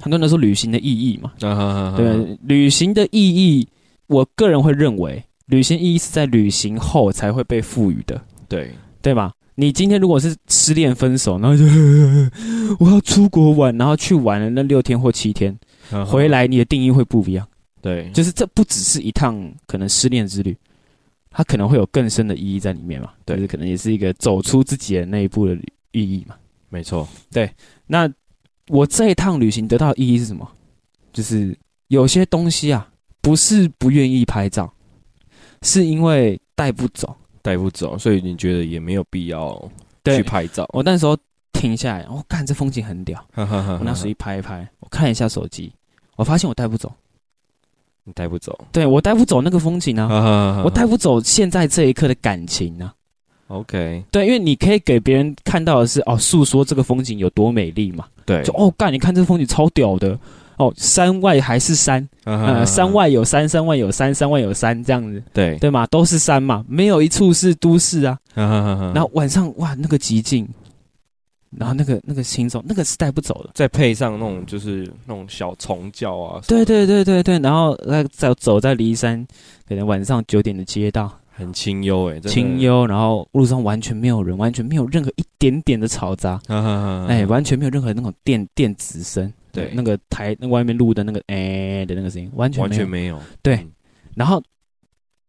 Speaker 1: 很多人都说旅行的意义嘛，
Speaker 2: 啊哈哈哈
Speaker 1: 对不，对，旅行的意义，我个人会认为，旅行意义是在旅行后才会被赋予的，
Speaker 2: 对，
Speaker 1: 对吧？你今天如果是失恋分手，然后就 我要出国玩，然后去玩了那六天或七天，
Speaker 2: 嗯
Speaker 1: 回，来你的定义会不一样，
Speaker 2: 对，
Speaker 1: 就是这不只是一趟可能失恋之旅，它可能会有更深的意义在里面嘛，
Speaker 2: 对
Speaker 1: 就是可能也是一个走出自己的那一步的意义嘛。
Speaker 2: 没错，
Speaker 1: 那我这一趟旅行得到的意义是什么？就是有些东西啊，不是不愿意拍照，是因为带不走。
Speaker 2: 带不走，所以你觉得也没有必要去
Speaker 1: 对，
Speaker 2: 拍照。
Speaker 1: 我那时候停下来，我、看这风景很屌，
Speaker 2: 哈哈哈
Speaker 1: 我
Speaker 2: 哈
Speaker 1: 那时候一拍一拍，我看一下手机，我发现我带不走，
Speaker 2: 你带不走，
Speaker 1: 对我带不走那个风景啊，我
Speaker 2: 我
Speaker 1: 带不走现在这一刻的感情啊。
Speaker 2: OK，
Speaker 1: 对，因为你可以给别人看到的是哦，诉说这个风景有多美丽嘛，
Speaker 2: 对
Speaker 1: 就哦，干，你看这风景超屌的。哦，山外还是山，
Speaker 2: 嗯
Speaker 1: 呃，山外有山，山外有山，山外有山，这样子，
Speaker 2: 对，
Speaker 1: 对吗？都是山嘛，没有一处是都市啊。
Speaker 2: 然
Speaker 1: 然后晚上哇，那个极静，然后那个那个轻松，那个是带不走的。
Speaker 2: 再配上那种就是那种小虫叫啊，
Speaker 1: 对，对对对对，然后那走走在骊山，可能晚上九点的街道，
Speaker 2: 很清幽哎，真的
Speaker 1: 清，幽，然后路上完全没有人，完全没有任何一点点的嘈杂，
Speaker 2: 啊哈哈哈
Speaker 1: 哎、完全没有任何那种电电子声，
Speaker 2: 嗯对
Speaker 1: 那个台那外面录的那个哎、的那个声音，完全
Speaker 2: 完
Speaker 1: 没有
Speaker 2: 全。没有，
Speaker 1: 对
Speaker 2: 嗯，
Speaker 1: 然后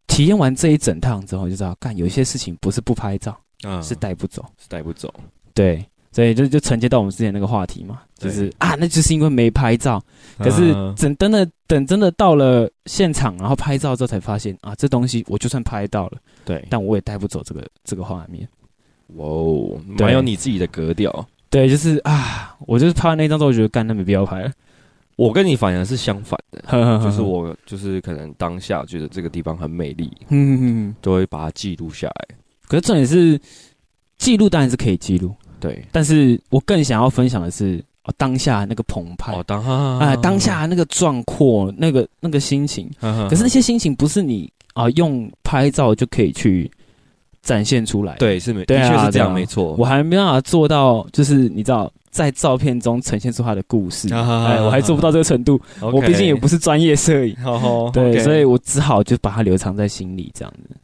Speaker 1: 体验完这一整趟之后，我就知道，干有一些事情不是不拍照，
Speaker 2: 啊
Speaker 1: 是带不走。
Speaker 2: 是带不走，
Speaker 1: 对，所以就就承接到我们之前那个话题嘛，就
Speaker 2: 对
Speaker 1: 是啊，那就是因为没拍照。可是
Speaker 2: 啊
Speaker 1: 等真的等真的到了现场，然后拍照之后才发现啊，这东西我就算拍到了，
Speaker 2: 对，
Speaker 1: 但我也带不走这个这个画面。
Speaker 2: 哇哦，
Speaker 1: 对
Speaker 2: 蛮有你自己的格调。
Speaker 1: 对，就是啊，我就是拍完那张之后，我觉得干那没必要拍了，
Speaker 2: 我跟你反而是相反的，
Speaker 1: 就
Speaker 2: 就是，我就是可能当下觉得这个地方很美丽，
Speaker 1: 嗯嗯嗯。
Speaker 2: 就会把它记录下来。
Speaker 1: 可是重点是，记录当然是可以记录，
Speaker 2: 对，
Speaker 1: 但是我更想要分享的是，哦、当下那个澎湃，
Speaker 2: 哦
Speaker 1: 啊、，
Speaker 2: 当啊
Speaker 1: 当，下那个壮阔，那个那个心情。
Speaker 2: 可
Speaker 1: 可是那些心情不是你啊、用拍照就可以去展现出来。，
Speaker 2: 对是没，
Speaker 1: 对
Speaker 2: 的
Speaker 1: 啊
Speaker 2: 确是这
Speaker 1: 对
Speaker 2: 样，
Speaker 1: 啊
Speaker 2: 没错。
Speaker 1: 我还没办法做到，就是你知道，在照片中呈现出他的故事。
Speaker 2: 啊
Speaker 1: 哎，我还做不到这个程度，
Speaker 2: 到
Speaker 1: 我毕竟也不是专业摄影。
Speaker 2: 好，
Speaker 1: 对
Speaker 2: 啊哦 OK
Speaker 1: 所以我只好就把它留藏在心里这样子。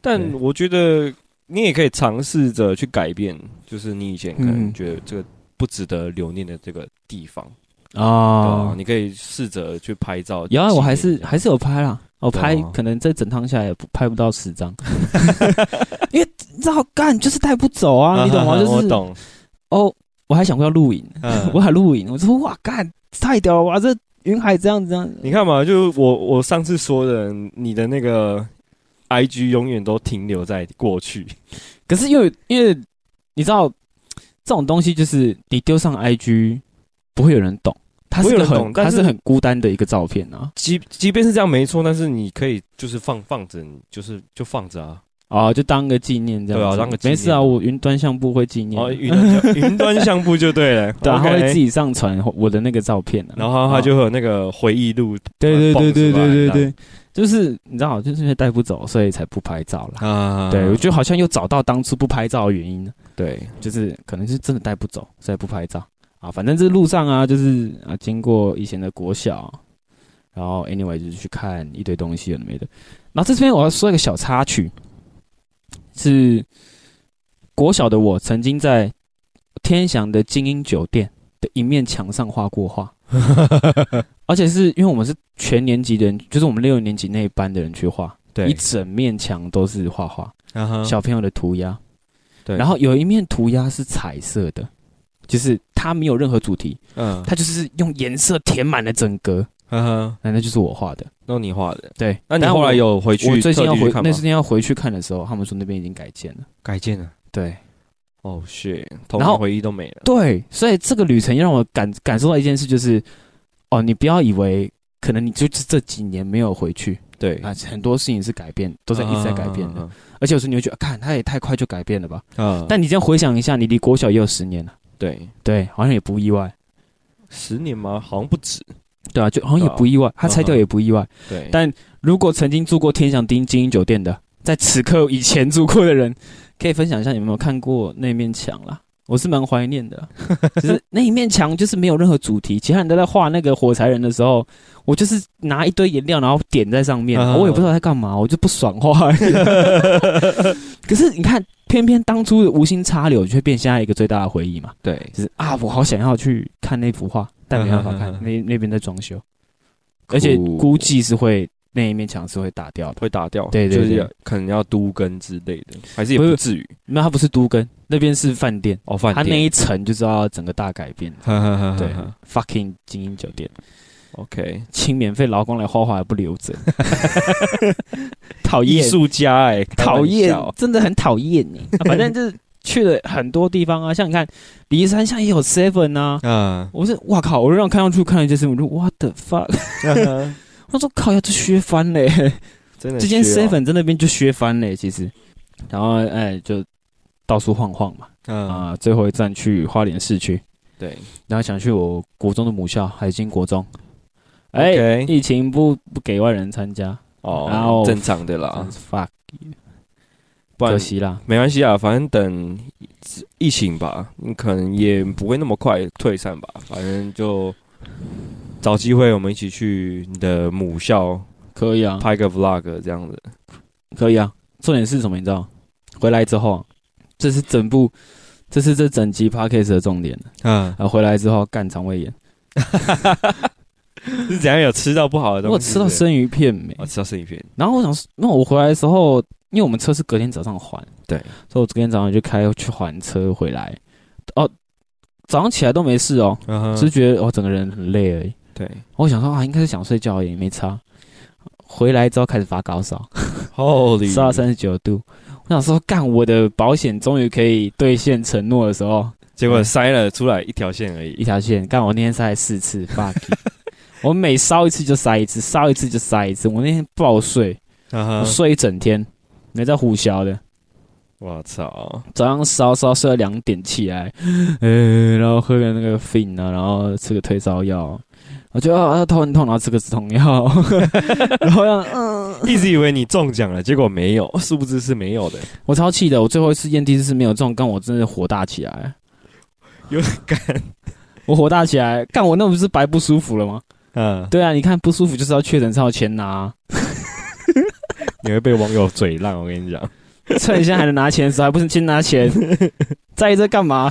Speaker 2: 但
Speaker 1: 对
Speaker 2: 我觉得你也可以尝试着去改变，就是你以前可能
Speaker 1: 嗯
Speaker 2: 觉得这个不值得留念的这个地方啊，
Speaker 1: 啊。
Speaker 2: 你可以试着去拍照。
Speaker 1: 然后我还是
Speaker 2: 纪念
Speaker 1: 还啊是有拍啦，我
Speaker 2: 对
Speaker 1: 拍
Speaker 2: 啊
Speaker 1: 可能这整趟下来也不拍不到十 张，因为你知道干就是带不走啊，你懂吗？就
Speaker 2: 我
Speaker 1: 是
Speaker 2: 懂，
Speaker 1: 哦，我还想过要录影，
Speaker 2: 嗯
Speaker 1: 我还录影，我说哇干太屌了哇，这云海这样子这样，
Speaker 2: 你看嘛，就我我上次说的，你的那个 I G 永远都停留在过去。
Speaker 1: 可是因为因为你知道这种东西就是你丢上 IG 不会有人懂，它
Speaker 2: 不会
Speaker 1: 是
Speaker 2: 有
Speaker 1: 个
Speaker 2: 人懂
Speaker 1: 很
Speaker 2: 但
Speaker 1: 它
Speaker 2: 是
Speaker 1: 是很孤单的一个照片啊
Speaker 2: 即即便是这样没错，但是你可以就是放放着，你就是就放着啊。
Speaker 1: 啊，就当个纪念这样子，
Speaker 2: 对啊当个纪
Speaker 1: 没
Speaker 2: 念
Speaker 1: 事啊，我云端相簿会纪念啊
Speaker 2: 哦，，云端相云端相簿就 对了，
Speaker 1: 对啊，他
Speaker 2: OK
Speaker 1: 会自己上传我的那个照片啊，
Speaker 2: 然后
Speaker 1: 啊
Speaker 2: 他就会有那个回忆录
Speaker 1: 对对对对对对
Speaker 2: 这
Speaker 1: 对，就是你知道，就是因为带不走，所以才不拍照啦。
Speaker 2: 啊，
Speaker 1: 对，我觉得好像又找到当初不拍照的原因了，
Speaker 2: 对，
Speaker 1: 就是可能是真的带不走，所以不拍照啊。反正这路上啊，就是啊，经过以前的国小，然后 anyway 就是去看一堆东西，有的没的。然后这边我要说一个小插曲，是国小的我曾经在天祥的精英酒店的一面墙上画过画，而且是因为我们是全年级的人，就是我们六年级那一班的人去画，
Speaker 2: 对
Speaker 1: 一整面墙都是画画
Speaker 2: 啊哈
Speaker 1: 小朋友的涂鸦。
Speaker 2: 对，
Speaker 1: 然后有一面涂鸦是彩色的，就是它没有任何主题，
Speaker 2: 嗯，
Speaker 1: 它就是用颜色填满了整个。
Speaker 2: 哈哈，
Speaker 1: 那那就是我画的，
Speaker 2: 那你画的，
Speaker 1: 对。
Speaker 2: 那你
Speaker 1: 嗯但
Speaker 2: 后来
Speaker 1: 我
Speaker 2: 有回去
Speaker 1: 我最近要
Speaker 2: 特地去
Speaker 1: 回
Speaker 2: 看吗
Speaker 1: 那天要回去看的时候，他们说那边已经改建了。
Speaker 2: 改建了，
Speaker 1: 对
Speaker 2: 哦是，童
Speaker 1: 然后
Speaker 2: 年回忆都没了，
Speaker 1: 对，所以这个旅程让我感感受到一件事，就是哦，你不要以为可能你就这几年没有回去
Speaker 2: 对，
Speaker 1: 啊，很多事情是改变，都在一直在改变的。
Speaker 2: 啊
Speaker 1: 而且有时候你会觉得，看它也太快就改变了吧？，
Speaker 2: 啊
Speaker 1: 但你这样回想一下，你离国小也有十年了，
Speaker 2: 对，
Speaker 1: 对，好像也不意外。
Speaker 2: 十年吗？好像不止，
Speaker 1: 对啊，就嗯好像也不意外，他拆掉也不意外。
Speaker 2: 对，
Speaker 1: 但如果曾经住过天祥町精英酒店的，在此刻以前住过的人，可以分享一下你有没有看过那面墙啦？我是蛮怀念的，就是那一面墙就是没有任何主题，其他人都在画那个火柴人的时候，我就是拿一堆颜料然后点在上面，
Speaker 2: 嗯
Speaker 1: 我也不知道在干嘛，我就不爽画而已。 可是你看，偏偏当初的无心插柳，却变现在一个最大的回忆嘛。
Speaker 2: 对，
Speaker 1: 就是啊，我好想要去看那幅画，但没办法看
Speaker 2: 嗯嗯嗯，嗯
Speaker 1: 那那边在装修，而且估计是会那一面墙是会打掉的。
Speaker 2: 会打掉，
Speaker 1: 对对
Speaker 2: 就是
Speaker 1: 对
Speaker 2: 要可能要都根之类的，还是也
Speaker 1: 不是
Speaker 2: 不至于
Speaker 1: 那它不是都跟，那边是饭店，
Speaker 2: 哦，饭
Speaker 1: 它那
Speaker 2: 店，
Speaker 1: 一层就知道整个大改变。
Speaker 2: 哈哈哈哈
Speaker 1: 对
Speaker 2: 哈
Speaker 1: ，fucking 精英酒店，
Speaker 2: ，OK，
Speaker 1: 请免费劳工来画画还不留 着，讨
Speaker 2: 艺
Speaker 1: 厌，
Speaker 2: 术家哎，开玩
Speaker 1: 讨厌
Speaker 2: 笑，
Speaker 1: 真的很讨厌你。 啊反正就是去了很多地方啊，像你看离山下也有 seven 啊，，
Speaker 2: 啊
Speaker 1: 我是哇靠，我让我看上去看了一件事情，我就 what the fuck，我说靠，要这削翻嘞、
Speaker 2: 真的啊
Speaker 1: 这间
Speaker 2: 学
Speaker 1: seven 在那边就削翻嘞，其实，然后哎就到处晃晃嘛，
Speaker 2: 哦啊，
Speaker 1: 啊，最后一站去花莲市区，
Speaker 2: 对，
Speaker 1: 然后想去我国中的母校海星国中，哎
Speaker 2: OK
Speaker 1: 疫情不不给外人参加，然后
Speaker 2: 哦，正常的啦
Speaker 1: 真，是 fuck，
Speaker 2: 不然
Speaker 1: 可惜啦，
Speaker 2: 没关系啊，反正等疫情吧，你可能也不会那么快退散吧，反正就找机会我们一起去你的母校
Speaker 1: 可以啊，
Speaker 2: 拍个 vlog 这样子。
Speaker 1: 可以啊，重点是什么你知道？回来之后啊，这是整部，这是这整集 podcast 的重点了
Speaker 2: 嗯，
Speaker 1: 啊，回来之后干肠胃炎，
Speaker 2: 是怎样有吃到不好的东西？
Speaker 1: 我吃到
Speaker 2: 是不是，哦
Speaker 1: 生鱼片没？
Speaker 2: 我吃到生鱼片。
Speaker 1: 然后我想说，那我回来的时候，因为我们车是隔天早上还，
Speaker 2: 对，
Speaker 1: 所以我隔天早上就开去还车回来。哦，早上起来都没事哦，
Speaker 2: 嗯哼
Speaker 1: 只是觉得我、哦整个人很累而已。
Speaker 2: 对，
Speaker 1: 我想说啊，应该是想睡觉而已，没差。回来之后开始发高烧，
Speaker 2: Holy，
Speaker 1: 烧到三十九度。我想说，干我的保险终于可以兑现承诺的时候，
Speaker 2: 结果塞了出来一条线而
Speaker 1: 一
Speaker 2: 已。
Speaker 1: 条线干我那天塞了四次，fuck it。我每烧一次就塞一次，烧一次就塞一次。我那天爆睡，
Speaker 2: 嗯
Speaker 1: 我
Speaker 2: 哼
Speaker 1: 睡一整天，没在胡消的。
Speaker 2: 我操，
Speaker 1: 早上烧烧睡到两点起来， 呃，然后喝个那个 fin 啊，然后吃个退烧药，我觉得啊头很痛，然后吃个止痛药， 然后让嗯，
Speaker 2: 一直以为你中奖了，结果没有，殊不知是没有的。
Speaker 1: 我超气的，我最后一次验地是没有中，干我真的火大起来，
Speaker 2: 有点干，
Speaker 1: 我火大起来，干我那不是白不舒服了吗？
Speaker 2: 嗯，
Speaker 1: 对啊，你看不舒服就是要确诊才有钱拿啊、
Speaker 2: 你会被网友嘴烂，我跟你讲。
Speaker 1: 趁现在还能拿钱的时候，还不是先拿钱，在意这干 嘛？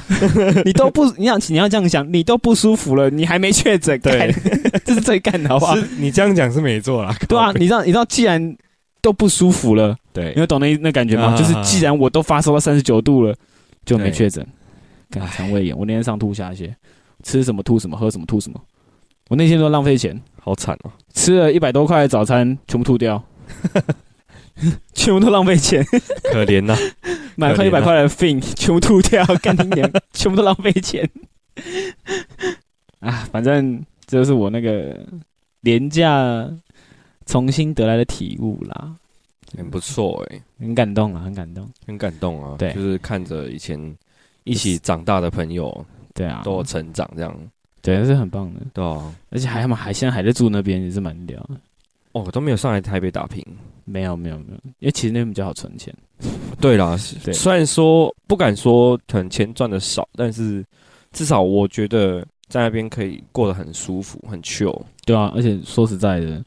Speaker 1: 你都不，你想你要这样想，你都不舒服了，你还没确诊，
Speaker 2: 对
Speaker 1: 干， 这是最干的好不好？
Speaker 2: 是你这样讲是没错啦，
Speaker 1: 对啊
Speaker 2: 靠，北
Speaker 1: 你知道，你知道，既然都不舒服了，
Speaker 2: 对
Speaker 1: 你，有懂那那感觉吗？
Speaker 2: 啊
Speaker 1: 就是既然我都发烧到三十九度了，就没
Speaker 2: 对
Speaker 1: 确诊，干肠胃炎，我那天上吐下泻，吃什么吐什么，喝什么吐什么，我那天都浪费钱，
Speaker 2: 好惨哦、
Speaker 1: 吃了一百多块的早餐，全部吐 掉，全部都浪费钱，
Speaker 2: 可怜啊呐、
Speaker 1: 买块一
Speaker 2: 可
Speaker 1: 百
Speaker 2: 怜啊
Speaker 1: 块的 fin，全 部吐掉，干你 娘，全部都浪费钱。 啊，反正这就是我那个廉价重新得来的体悟啦，
Speaker 2: 很不错哎、
Speaker 1: 很感动啊，很感动。
Speaker 2: 很感动啊。
Speaker 1: 对
Speaker 2: 就是看着以前一起长大的朋友
Speaker 1: 对啊，
Speaker 2: 都有成长，这样
Speaker 1: 对，是很棒的。
Speaker 2: 对啊。
Speaker 1: 而且还他妈还现在还在住那边，也是蛮屌的。
Speaker 2: 哦，我都没有上来台北打拼。
Speaker 1: 没有没有没有，因为其实那边比较好存钱。
Speaker 2: 对啦，
Speaker 1: 对
Speaker 2: 虽然说不敢说可能钱赚的少，但是至少我觉得在那边可以过得很舒服、很 chill。
Speaker 1: 对啊，而且说实在的，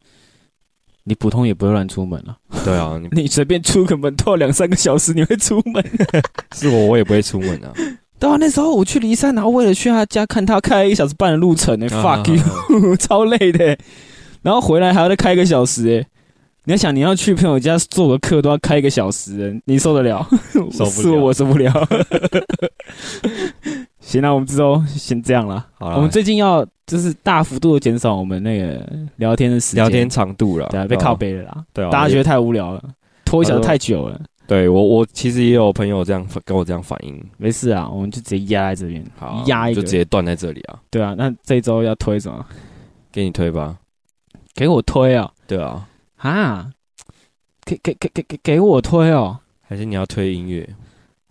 Speaker 1: 你普通也不会乱出门了、
Speaker 2: 对啊，你
Speaker 1: 你随便出个门都要两三个小时，你会出门？
Speaker 2: 是我，我也不会出门 啊。
Speaker 1: 对啊，那时候我去骊山，然后为了去他家看他，开了一小时半的路程呢、哎
Speaker 2: 啊
Speaker 1: fuck you，、超 累的、然后回来还要再开一个小时、欸，你要想你要去朋友家做个客都要开一个小时、欸，你受得了？
Speaker 2: 受不了
Speaker 1: 是我受不了。 行那我们这周先这样啦。
Speaker 2: 好啦
Speaker 1: 我们最近要就是大幅度的减少我们那个聊天的时间，
Speaker 2: 聊天长度了，
Speaker 1: 对啊，被靠背了啦，
Speaker 2: 对啊，
Speaker 1: 大家觉得
Speaker 2: 得
Speaker 1: 太无聊了，拖一小时太久了，
Speaker 2: 对我，我其实也有朋友这样跟我这样反应，
Speaker 1: 没事啊，我们就直接压在这边，
Speaker 2: 好，
Speaker 1: 压一
Speaker 2: 就
Speaker 1: 个
Speaker 2: 直，接断在这里啊，
Speaker 1: 对啊，那这一周要推什么？
Speaker 2: 给你推吧。
Speaker 1: 给我推哦，
Speaker 2: 对啊，
Speaker 1: 啊，给给给给给给我推哦，
Speaker 2: 还是你要推音乐？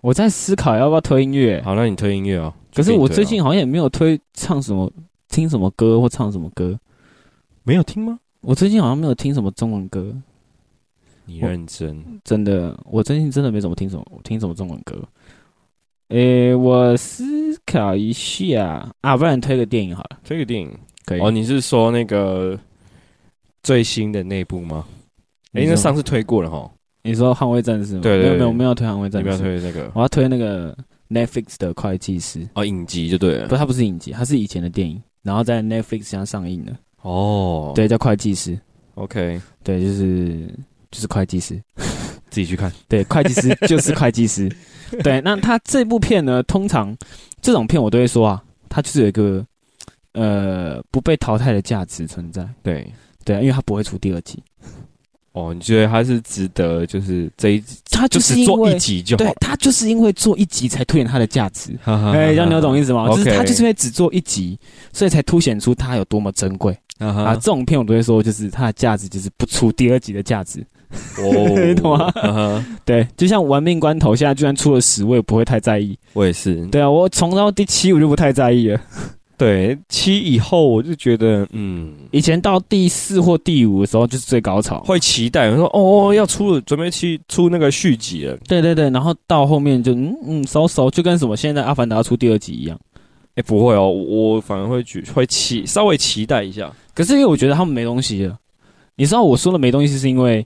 Speaker 1: 我在思考要不要推音乐，
Speaker 2: 好，那你推音乐哦。
Speaker 1: 可是
Speaker 2: 就给你
Speaker 1: 我
Speaker 2: 推
Speaker 1: 最
Speaker 2: 啊
Speaker 1: 近好像也没有推唱什么、听什么歌或唱什么歌，
Speaker 2: 没有听吗？
Speaker 1: 我最近好像没有听什么中文歌，
Speaker 2: 你认真
Speaker 1: 真的，我最近真的没怎么听什么，我听什么中文歌。诶、我思考一下啊，不然你推个电影好了，
Speaker 2: 推个电影
Speaker 1: 可以。
Speaker 2: 哦？你是说那个最新的那部吗？
Speaker 1: 你
Speaker 2: 哎，那
Speaker 1: 说
Speaker 2: 上次推过了哈，
Speaker 1: 你说《捍卫战士》吗？
Speaker 2: 对对
Speaker 1: 没有
Speaker 2: 对
Speaker 1: 没有，我们要推《捍卫战
Speaker 2: 你
Speaker 1: 士
Speaker 2: 不》要，推那个
Speaker 1: 我要推那个 Netflix 的《会计师》，
Speaker 2: 哦，影集就对了
Speaker 1: 不，。它不是影集，它是以前的电影，然后在 Netflix 上上映的，
Speaker 2: 哦，
Speaker 1: 对，叫《会计师》，
Speaker 2: ，OK，
Speaker 1: 对，就是就是会计师，
Speaker 2: 自己去看。
Speaker 1: 对，会计 师就是会计师。对，那他这部片呢，通常这种片我都会说啊，它就是有一个呃不被淘汰的价值存在。
Speaker 2: 对，
Speaker 1: 对啊，因为它不会出第二集，
Speaker 2: 哦，你觉得它是值得，就是这一集
Speaker 1: 它
Speaker 2: 就是只
Speaker 1: 因
Speaker 2: 做
Speaker 1: 为
Speaker 2: 一集就好啊
Speaker 1: 对，它就是因为做一集才凸显它的价值。
Speaker 2: 了。
Speaker 1: 哎，让你有懂意
Speaker 2: 思
Speaker 1: 思吗？就
Speaker 2: OK
Speaker 1: 是它就是因为只做一集，所以才凸显出它有多么珍贵啊！
Speaker 2: 啊
Speaker 1: 这种片我都会说，就是它的价值就是不出第二集的价值。
Speaker 2: 哦，
Speaker 1: 你懂吗
Speaker 2: 嗯哼
Speaker 1: 对，就像《玩命关头》现在居然出了十，我也不会太在意。
Speaker 2: 我也是。
Speaker 1: 对啊，我从到第七我就不太在意了。
Speaker 2: 对，七以后我就觉得，嗯，
Speaker 1: 以前到第四或第五的时候就是最高潮，
Speaker 2: 会期待，我说哦，要出了，准备去出那个续集了。
Speaker 1: 对对对，然后到后面就嗯嗯收收，就跟什么现在《阿凡达》出第二集一样。
Speaker 2: 哎，不会哦，我我反而会觉会期稍微期待一下。
Speaker 1: 可是因为我觉得他们没东西了，你知道我说的没东西是因为。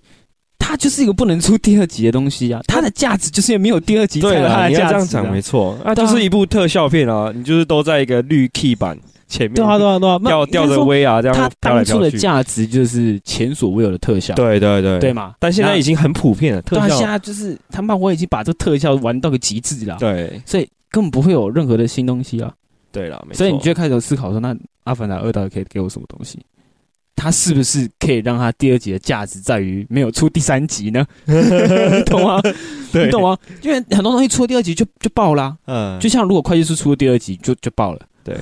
Speaker 1: 它就是一个不能出第二集的东西啊！它的价值就是因为没有第二集才
Speaker 2: 对
Speaker 1: 有它
Speaker 2: 啦，
Speaker 1: 的
Speaker 2: 你要
Speaker 1: 价
Speaker 2: 这样
Speaker 1: 值、
Speaker 2: 讲没
Speaker 1: 啊。
Speaker 2: 错，那
Speaker 1: 对
Speaker 2: 就
Speaker 1: 啊
Speaker 2: 是一部特效片啊，你就是都在一个绿 key 版前面，
Speaker 1: 对啊对啊对啊，
Speaker 2: 吊吊着
Speaker 1: 威，
Speaker 2: VR 这
Speaker 1: 它
Speaker 2: 样飘
Speaker 1: 当
Speaker 2: 来
Speaker 1: 初
Speaker 2: 飘
Speaker 1: 的
Speaker 2: 去。
Speaker 1: 价值就是前所未有的特效，
Speaker 2: 对对对
Speaker 1: 对。嘛？
Speaker 2: 但现在已经很普遍了，特
Speaker 1: 对啊，现
Speaker 2: 效
Speaker 1: 在就是他漫威已经把这特效玩到个极致了，
Speaker 2: 对
Speaker 1: 所以根本不会有任何的新东西啊。
Speaker 2: 对了，没错
Speaker 1: 所以你就开始思考说，那《阿凡达二》到底可以给我什么东西？它是不是可以让它第二集的价值在于没有出第三集 呢？你懂吗？
Speaker 2: 对
Speaker 1: 你懂吗？因为很多东西出了第二集就就爆啦、
Speaker 2: 嗯，
Speaker 1: 就像如果会计师出了第二集就就爆了，
Speaker 2: 对，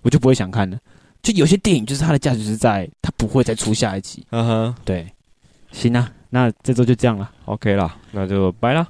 Speaker 1: 我就不会想看了。就有些电影就是它的价值是在它不会再出下一集。
Speaker 2: 嗯哼
Speaker 1: 对，行啊，那这周就这样了，
Speaker 2: ，OK 啦，那就拜啦。